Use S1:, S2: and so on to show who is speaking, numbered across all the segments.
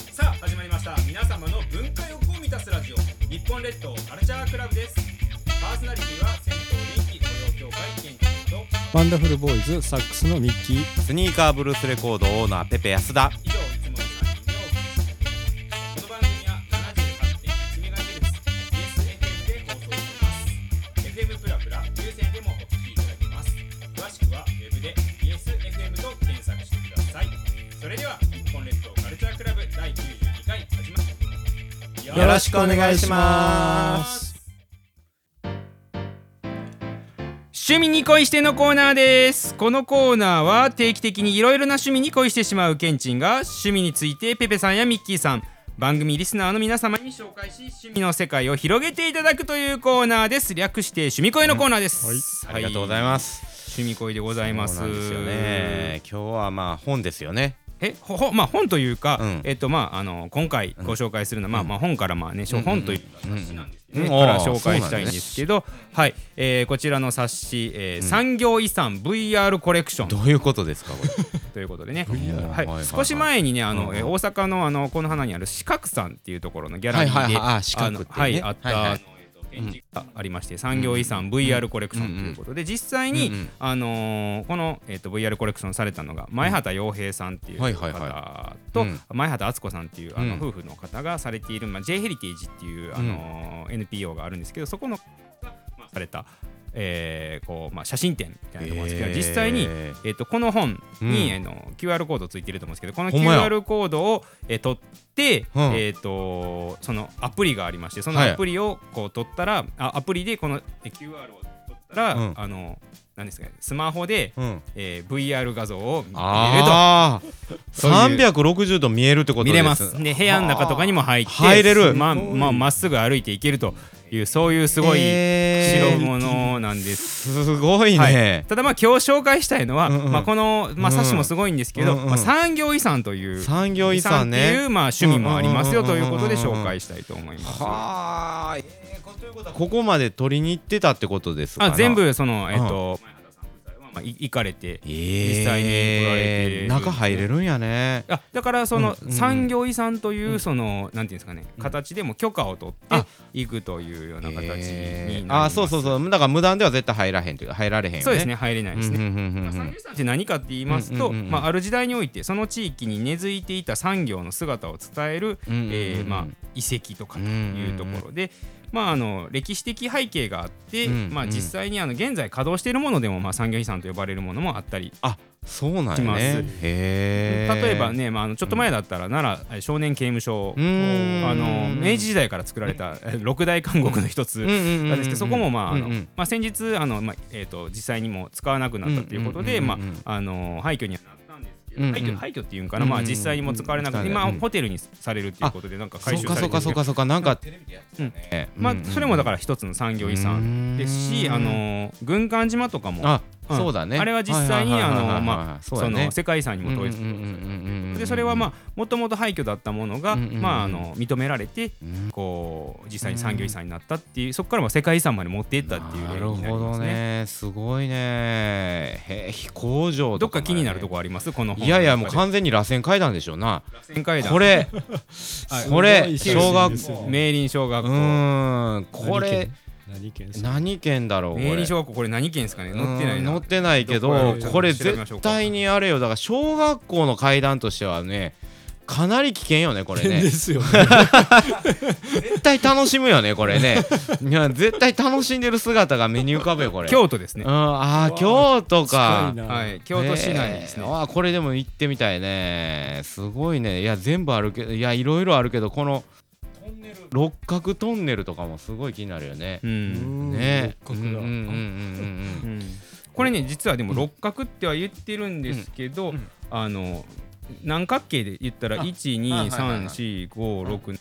S1: した皆様の文化欲を満たすラジオ日本列島カルチャークラブですパーソナリティは銭湯元気雇用協会元気と
S2: ワンダフルボーイズサックスのミッキー
S3: スニーカーブルースレコードオーナーペペ安田
S1: 以上いつもの3人でお送りしますこの番組は 78.1MHzBSFM で放送しています FM プラプラ有線でもお聞きいただけます詳しくはウェブで BSFM と検索してくださいそれでは日本列島カルチャークラブ第92回始まります
S3: よろしくお願いします
S1: 趣味に恋してのコーナーですこのコーナーは定期的にいろいろな趣味に恋してしまうケンチンが趣味についてペペさんやミッキーさん番組リスナーの皆様に紹介し趣味の世界を広げていただくというコーナーです略して趣味恋のコーナーです、
S3: ありがとうございます
S1: す趣味恋でございます
S3: そうなんですよね今日はまあ本ですよね
S1: えほほまあ本というか、
S3: うん
S1: えっとまああの今回ご紹介するのは、まあまあ本からまあね書本というか冊子なんですけどね、
S3: うん
S1: か
S3: あ
S1: ら
S3: ー
S1: 紹介したいんですけど、はい、えーこちらの冊子、えー産業遺産 VR コレクション
S3: どういうことですかこれ
S1: ということでね、
S3: VR
S1: はい
S3: はいはい
S1: 少し前にねあの、
S3: うん
S1: えー大阪のあのこの花にある四角さんっていうところのギャラリーで、
S3: はいはいはいあー四角ってね
S1: あのはいあった、
S3: はいはい
S1: あのえーと展示がありまして、産業遺産 VR コレクションということで、実際に、
S3: うんうん
S1: あのーこの、えー、と VR コレクションされたのが前畑洋平さんっていう
S3: はい
S1: 方
S3: はいはい
S1: と、
S3: うん
S1: 前畑敦子さんっていうあの、
S3: うん
S1: 夫婦の方がされている、まあ、J ヘリテージっていう、あのー NPO があるんですけどそこの、まあ、された、えーこうまあ、写真展みたいなところなんですけど、
S3: えー
S1: 実際に、えっとこの本に、
S3: う
S1: あの QR コードついてると思うんですけどこの
S3: ほんまや
S1: QR コードを、えー取って、
S3: うん
S1: えっとそのアプリがありましてその
S3: はい
S1: アプリをこう取ったら、あアプリでこのえ QR を取ったら、
S3: うん
S1: あの何ですかねスマホで、
S3: うん
S1: えー VR 画像を見れると。
S3: あ
S1: そういう
S3: あ360度見えるってことです
S1: 見れますで部屋の中とかにも入って
S3: はあ入れる
S1: まあまあ、まっすぐ歩いていけるというそういうすごい
S3: え
S1: 代
S3: ー
S1: 物なんです
S3: すごい
S1: はい
S3: ね、
S1: ただまあ今日紹介したいのは、
S3: うんうん
S1: まあ、この、まあ、冊子もすごいんですけど、
S3: うんうんうん
S1: まあ、産業遺産という
S3: 産業遺産ね
S1: 遺っていう、まあ、趣味もありますよ
S3: うんうん
S1: と
S3: うん
S1: い
S3: うん
S1: う
S3: うん
S1: ことで紹介したいと思います。
S3: はあ、えーこということはここまで取りに行ってたってことですか
S1: あ
S3: な
S1: 全部その、えっと前畑さん夫妻はまあ、い行かれて
S3: え
S1: 実際に来られてる
S3: ー、中入れるんやね
S1: あだからその
S3: うんうんうん
S1: 産業遺産というそのなんていうんですかね形でも許可を取っ
S3: あ
S1: ていくというような形にな
S3: え
S1: り
S3: ー
S1: ます。
S3: あそうそう
S1: う。
S3: そうだから無断では絶対入らへんというか入られへんよね
S1: そうですね入れないですね。
S3: うんうんうんうんうん
S1: 産業遺産って何かって言いますと、
S3: うんうんうんうん
S1: まあ、ある時代においてその地域に根付いていた産業の姿を伝える、
S3: うんうんうん
S1: えーまあ、遺跡とかというところで、まあ、あの歴史的背景があって、
S3: うんうん
S1: まあ、実際にあの現在稼働しているものでも、まあ、産業遺産と呼ばれるものもあったり、
S3: そうなん
S1: し
S3: や
S1: ます
S3: ねへー
S1: 例えばね、まあ、あのちょっと前だったら奈良少年刑務所、
S3: うん
S1: あの明治時代から作られたえ六大監獄の一つ。
S3: うんうんうんうん
S1: なんですけどそこもまああの
S3: うんうん
S1: まあ先日あのまあえーと実際にもう使わなくなったということで
S3: うんうん
S1: ま
S3: うんうん
S1: ああの廃墟にはなったんですけど
S3: うんうん
S1: 廃墟廃墟っていうんかなまあ
S3: うんうん
S1: 実際にもう使われなくて
S3: うん
S1: 今ホテルにされるということでなんか回
S3: そう
S1: 収され
S3: か
S1: て
S3: そ
S1: るん
S3: う
S1: です
S3: かそ
S1: けど
S3: うかそうかなんかテレビでやってね
S1: まあそれもだからら一つの産業遺
S3: うー
S1: 産
S3: ん
S1: ですしあの軍艦島とかも
S3: あ
S1: うん
S3: そうだね
S1: あれは実際に
S3: はいはいはいはい
S1: あのまあ
S3: はいはいそう
S1: そ
S3: だね
S1: の世界遺産にも統一
S3: うんうんうんうんうん
S1: でそれはまあもともと廃墟だったものが
S3: うんうんうん
S1: まああの認められて
S3: うん
S1: こう実際に産業遺産になったっていうそこからも世界遺産まで持っていったっていう
S3: な
S1: 例
S3: る
S1: になり
S3: ほ
S1: ま
S3: ど
S1: すね。
S3: ねすごいねへー飛行場
S1: ど
S3: と
S1: っ
S3: か
S1: か
S3: もね
S1: 気になるとこありますこの本
S3: いやいやもう
S1: の中
S3: 完全に螺旋階段でしょうな
S1: で螺旋階段
S3: これ
S2: はい
S3: これ
S2: すごい
S3: 小
S2: シーンで
S3: 学
S2: すよ
S3: 校
S2: ね
S1: 明林小学
S3: う
S1: 校
S3: ーんこれ
S2: 何県何県
S3: 何県だろうこ
S1: 明
S3: れ
S1: 林小学校これ何県ですかね
S3: うん
S1: 載ってない
S3: 載
S1: な
S3: ってないけ
S1: ど
S3: ど
S2: こや
S3: これ
S1: 調べましょう
S3: 絶
S1: か
S3: 対にあれよだから小学校の階段としてはねかなり危険よね これ
S2: 県で
S3: ね
S2: すよね
S3: 絶対楽しむよねこれねいや絶対楽しんでる姿が目に浮かぶよこれ
S1: 京都ですね
S3: うんあー京都か
S2: 近いな
S1: はい京都市内ですね
S3: えーあーこれでも行ってみたいねすごいねいや全部あるけどいやいろいろあるけどこの六角トンネルとかもすごい気になるよね
S1: う
S2: うんん
S3: ね
S2: 六角だ
S3: うんうんうんうんうん
S1: うんこれね実はでも六角っては言ってるんですけど
S3: ん
S1: あの何角形で言ったら1234567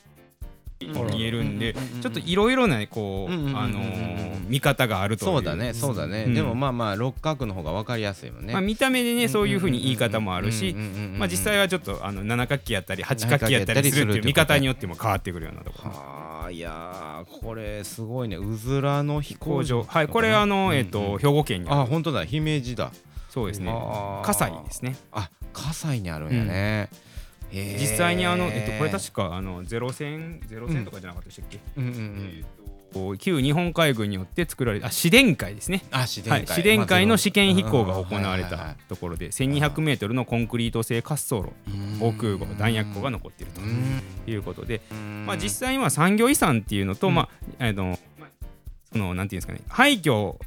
S1: 言えるんで
S3: うんうんうんうん
S1: ちょっといろいろなこう
S3: うんうんうんうん
S1: あのー見方があるという
S3: そうだねそうだね、
S1: うん
S3: でもまあまあ六角の方が分かりやすいもんね、
S1: まあ見た目でねそういうふうに言い方もあるし
S3: うんうんうんうんうん
S1: まあ、実際はちょっとあの7角形やったり8角形やったりするっていう見方によっても変わってくるようなところ。
S3: はあいやーこれすごいねうずらの飛行
S1: 工
S3: 場
S1: 場はいこれあの、えっ、
S3: うんう
S1: と
S3: ん
S1: 兵庫県にある
S3: あ本当だ姫路だ
S1: そうですね
S3: あー
S1: 葛西ですね
S3: あ葛西にあるんやね、へー
S1: 実際にあの、えっと、これ確かあのゼロ戦ゼロ戦とかじゃなかったでしたっけ、
S3: うんうんう
S1: え
S3: ん
S1: っと旧日本海軍によって作られたあ試練会ですね
S3: あ試
S1: はい、試練会の試験飛行が行われ
S3: うんはいはいは
S1: た
S3: い
S1: ところで 1200m のコンクリート製滑走路防空壕弾薬庫が残っているということで、まあ、実際には産業遺産っていうのと、
S3: うん
S1: まああのまあそのなんていうんですかね廃墟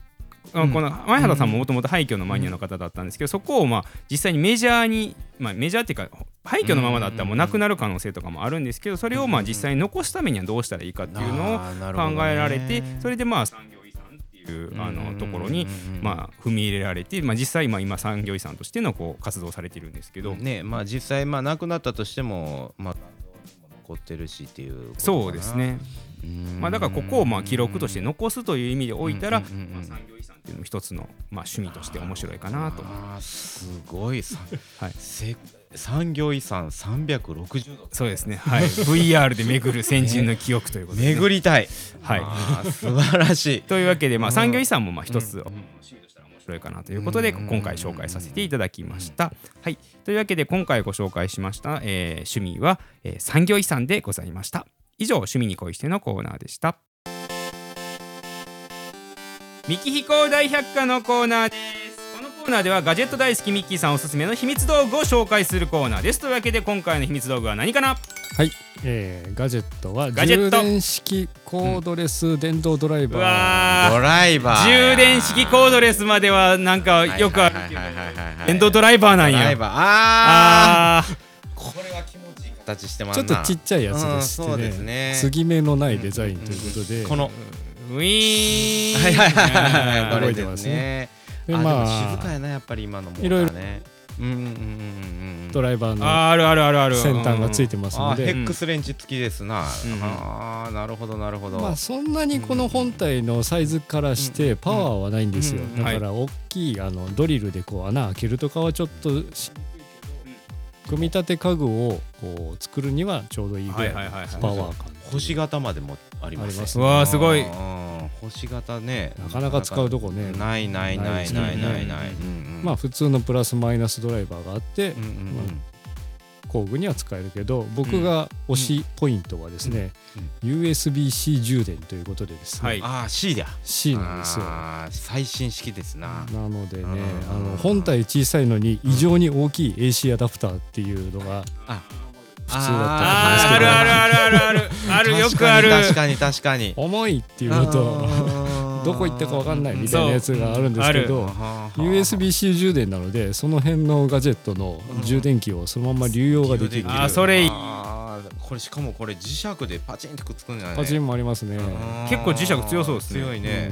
S1: あ
S3: うん
S1: この前原さんももともと廃墟のマニアの方だったんですけどそこをまあ実際にメジャーに、まあ、メジャーっていうか廃墟のままだったらもうなくなる可能性とかもあるんですけどそれをまあ実際に残すためにはどうしたらいいかっていうのを考えられてそれでまあ産業遺産っていうあのところにまあ、踏み入れられて、まあ、実際、まあ、今産業遺産としてのこう活動されてるんですけ
S3: け
S1: ど、
S3: ねまあ実際まあなくなったとしてもまあ残ってるしっていうことかな
S1: そうですね、
S3: うん
S1: まあ、だからここをまあ記録として残すという意味で置いたら、
S3: うんうんうんうん
S1: まあ、産業遺産っていうのも一つの、まあ、趣味として面白いかなと。
S3: あーすごいさ、
S1: はい
S3: せ産業遺産360度
S1: そうですね、はい、VR で巡る先人の記憶ということです、ね。
S3: 巡りたい、
S1: はい
S3: あー素晴ら しい
S1: というわけで、まあ、
S3: うん
S1: 産業遺産もまあ一つ
S3: うん
S1: 趣味としたら面白いかなということで、
S3: うん
S1: 今回紹介させていただきました。はい、というわけで今回ご紹介しました、えー趣味は、えー産業遺産でございました。以上趣味に恋してのコーナーでした。ミキ飛行大百科のコーナーです。このコーナーではガジェット大好きミッキーさんおすすめの秘密道具を紹介するコーナーです。というわけで今回の秘密道具は何かな
S2: はい、えー、ガジェットは
S1: ガジェッ
S2: 充
S1: ト
S2: 電式コードレス電動ドライ
S1: う
S2: バー。
S3: ド
S1: わ
S3: ライバ
S1: ー
S3: ーや
S1: 充電式コードレスまではなんかよくある
S3: はいはいはいはいはい
S1: 電動ドライバーなん
S3: ドライ
S1: や。
S3: バーあ
S1: あー
S3: ーこれは気持ちいい形してま
S2: ちょ
S3: す
S2: っ
S3: な
S2: とちっちゃいやつでして
S3: うんそ
S2: ね,、
S3: うですね
S2: 継ぎ目のないデザインということで、
S3: この
S1: ウィーン
S3: はいはいはいはい
S2: 動
S3: こ
S2: い
S3: れ
S2: て
S3: で
S2: ますす
S3: ね
S2: で
S3: あ
S2: ま
S3: でも静か
S2: あ
S3: やなやっぱり今のも
S2: いろいろ
S3: ねうんうんうんうんうん
S2: ドライバーの
S1: あーあるあるあるある
S2: 先端がついて
S1: ま
S2: ます
S3: あ
S2: の
S3: ーヘ
S2: で、
S3: ックスレンチ付きですな、
S1: うんうん
S3: ああなるほどなるほど、
S2: まあそんなにこの本体のサイズからしてパワーはないんですよ、
S3: うん
S1: うん
S2: だから大きいあのドリルでこう穴開けるとかはちょっとし組み立て家具をこう作るにはちょうどいいぐ
S1: は
S2: ら
S1: い
S2: い
S1: はいはい
S2: パ
S1: は
S2: ワー感
S3: 星型までもあります
S2: あります
S1: ねうわーすごい
S3: うん星型ね
S2: なかなか使うとこね
S3: ないないないないないな
S1: う
S3: い、うんうん
S2: まあ普通のプラスマイナスドライバーがあって
S3: うんうんうん
S2: 工具には使えるけど僕が推しポイントはですね
S3: うん、
S2: USB-C 充電ということでですね、
S1: はい
S3: ああ C だ
S2: C なんですよ
S3: あー最新式ですな
S2: なのでね
S3: うん
S2: あの本体小さいのに異常に大きい AC アダプターっていうのが
S3: 普
S2: 通だ
S1: あーあるあるあるあるあるあるよくある
S3: 確かに確かに
S2: 重いっていうの
S3: 確
S2: と
S3: かに
S2: どこ行ったかわかんないみ
S3: い
S2: たいなやつがあるんですけ
S1: そ
S2: ど USB-C 充電なのでその辺のガジェットの充電器をそのまま流用ができる
S1: あーそれいい
S3: あーこれしかもこれ磁石でパチンってくっつくんじゃない
S2: パチンもありますね
S1: 結構磁石強そうですね
S3: 強いうね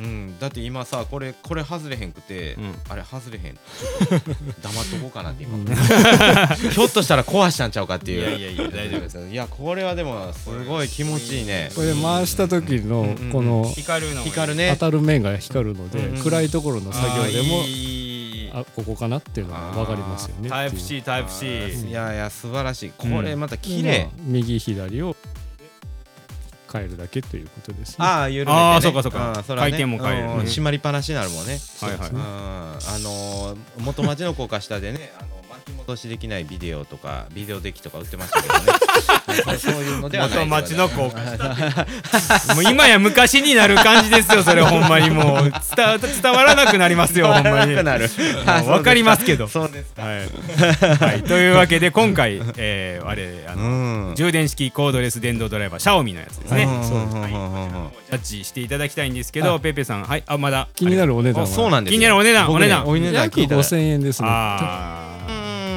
S1: ん、
S3: うん、だって今さこれこれ外れへんくて、
S1: うん
S3: あれ外れへんち ょっと黙っとこうかなって今ひょっとしたら壊したんちゃうかっていう
S1: いやいやいや大丈夫です
S3: いやこれはでもすごい気持ちいいね
S2: これ回した時の
S3: うんうん
S2: この
S1: 光るのもいい
S3: 光るね
S2: 当たる面が光るので
S3: うん
S2: 暗いところの作業でも
S3: あーいい
S2: あここかなっていうのが分かりますよね
S1: タイプ
S2: っていう
S1: C タイプ C
S3: いやいや素晴らしいこれまた綺
S2: で
S3: 麗、
S2: まあ右左を変えるだけということですね
S3: ああ緩めて、ね、
S1: あーそうかそうか
S3: んれはね
S1: 回転も変えるね
S3: うん締まりっぱなしになるもんね
S1: はいはい
S3: うんあのー元町の高架下でねあの巻き戻しできないビデオとかビデオデッキとか売ってましたけどね はいそういうのではない
S1: 元町の効果もう今や昔になる感じですよそれほんまにもう伝わ伝わらなくなります よほんまに
S3: なる
S1: もうわかりますけど
S3: そうですか
S1: はい、はい、というわけで今回、えー、あれあ
S3: う
S1: の、
S3: ん
S1: 充電式コードレス電動ドライバーシャオミのやつですね、
S3: うん
S1: そうです
S3: うん
S1: はい
S3: うんうんうん
S1: ジャッジしていただきたいんですけど、ペペさん、はい、あ、まだ。
S2: 気になるお値段
S3: あそうな
S2: は
S3: んです
S1: 気になるお値段、お値段。
S3: お値段
S2: 約
S3: 聞いたら
S2: 5000円ですね
S1: あ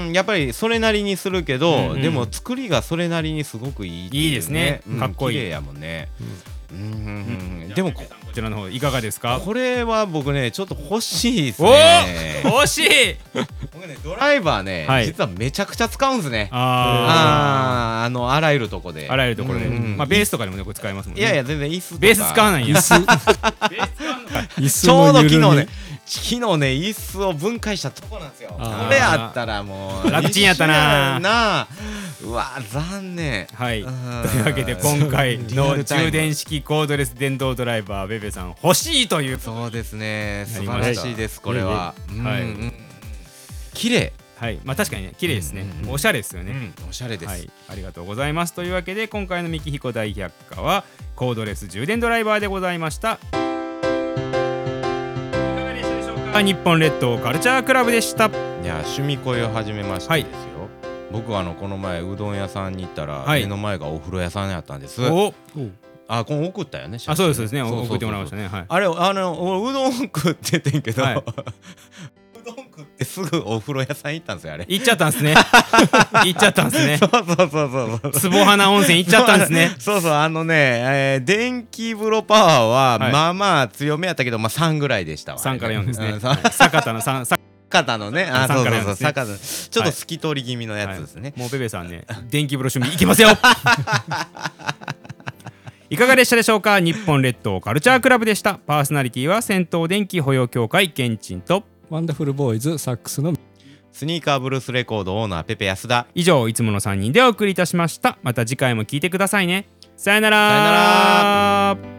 S3: うんやっぱりそれなりにするけど、
S1: うん
S3: でも作りがそれなりにすごくいいってう、
S1: いいですね
S3: うん
S1: かっこいい
S3: 綺麗やもんね、うんうんうんうんでもこ
S1: あ、こちらの方いかがですか。
S3: これは僕ねちょっと欲しいです
S1: おお
S3: ね、
S1: 惜しい。
S3: 僕ねドライバーね、
S1: はい
S3: 実はめちゃくちゃ使うんですね
S1: あ
S3: あーあのあらゆるとこで
S1: あ、あらゆるところで、
S3: うんうん
S1: まあ、ベースとかでもよく使えますもん
S3: い
S1: ね。
S3: やいや全然椅子とか
S1: ベース使わないんや。
S2: 椅
S3: ちょう
S2: 子
S3: ど
S2: の
S3: 昨日
S2: 緩み
S3: ね昨日ね椅子を分解したとこなんですよこ
S2: あー
S3: れやったらもう
S1: 楽ちんやったな
S3: 一緒やなあうわ残念
S1: はい。と
S3: ん
S1: いうわけで、今回の
S3: リアルタイム
S1: 充電式コードレス電動ドライバー、ベベさん、欲しいという。
S3: そうですね
S1: な
S3: 素
S1: り
S3: 晴
S1: ました
S3: らしいですこれは、
S1: はい
S3: うんうん綺麗
S1: はいまあ確かにね綺麗ですね、
S3: うんうんうん
S1: おしゃれですよ
S3: う
S1: ね、
S3: ん、おしゃれです。
S1: はい、ありがとうございますというわけで今回の「ミキヒコ大百科」はコードレス充電ドライバーでございましたいかがでしたでしょうか日本列島カルチャークラブでした
S3: いや趣味恋を始めまして
S1: はい
S3: ですよ、僕はあのこの前うどん屋さんに行ったら、
S1: はい
S3: 家の前がお風呂屋さんやったんです
S1: お
S2: お
S3: あこの送ったよね
S1: あそうですそうですね送ってもらいましたたねはい
S3: あれあの俺うどん食っててんけど、
S1: はいう
S3: どん食ってすぐお風呂屋さん行ったんですよあれ
S1: 行っちゃったん ですね行っちゃったんですね
S3: そうそうそうそうそう
S1: 壺花温泉行っちゃったんですね
S3: そうそうあのね、えー電気風呂パワーは、
S1: はい
S3: まあまあ強めやったけどまあ3ぐらいでしたわ
S1: 3から4ですね、
S3: うん
S1: はい坂田の3
S3: 坂田のねあ
S1: 3
S3: そう
S1: か
S3: そう
S1: ら
S3: そ
S1: 4
S3: う
S1: ですね
S3: 坂田のちょっと透き通り気味のやつですね、
S1: はいもうベベさんね電気風呂趣味いき ますよいかがでしたでしょうか日本列島カルチャークラブでしたパーソナリティは銭湯電気保養協会ケンチンと
S2: ワンダフルボーイズサックスの
S3: スニーカーブルースレコードオーナーペペ安田
S1: 以上いつもの3人でお送りいたしましたまた次回も聞いてくださいねさよなら
S3: さよな
S1: ら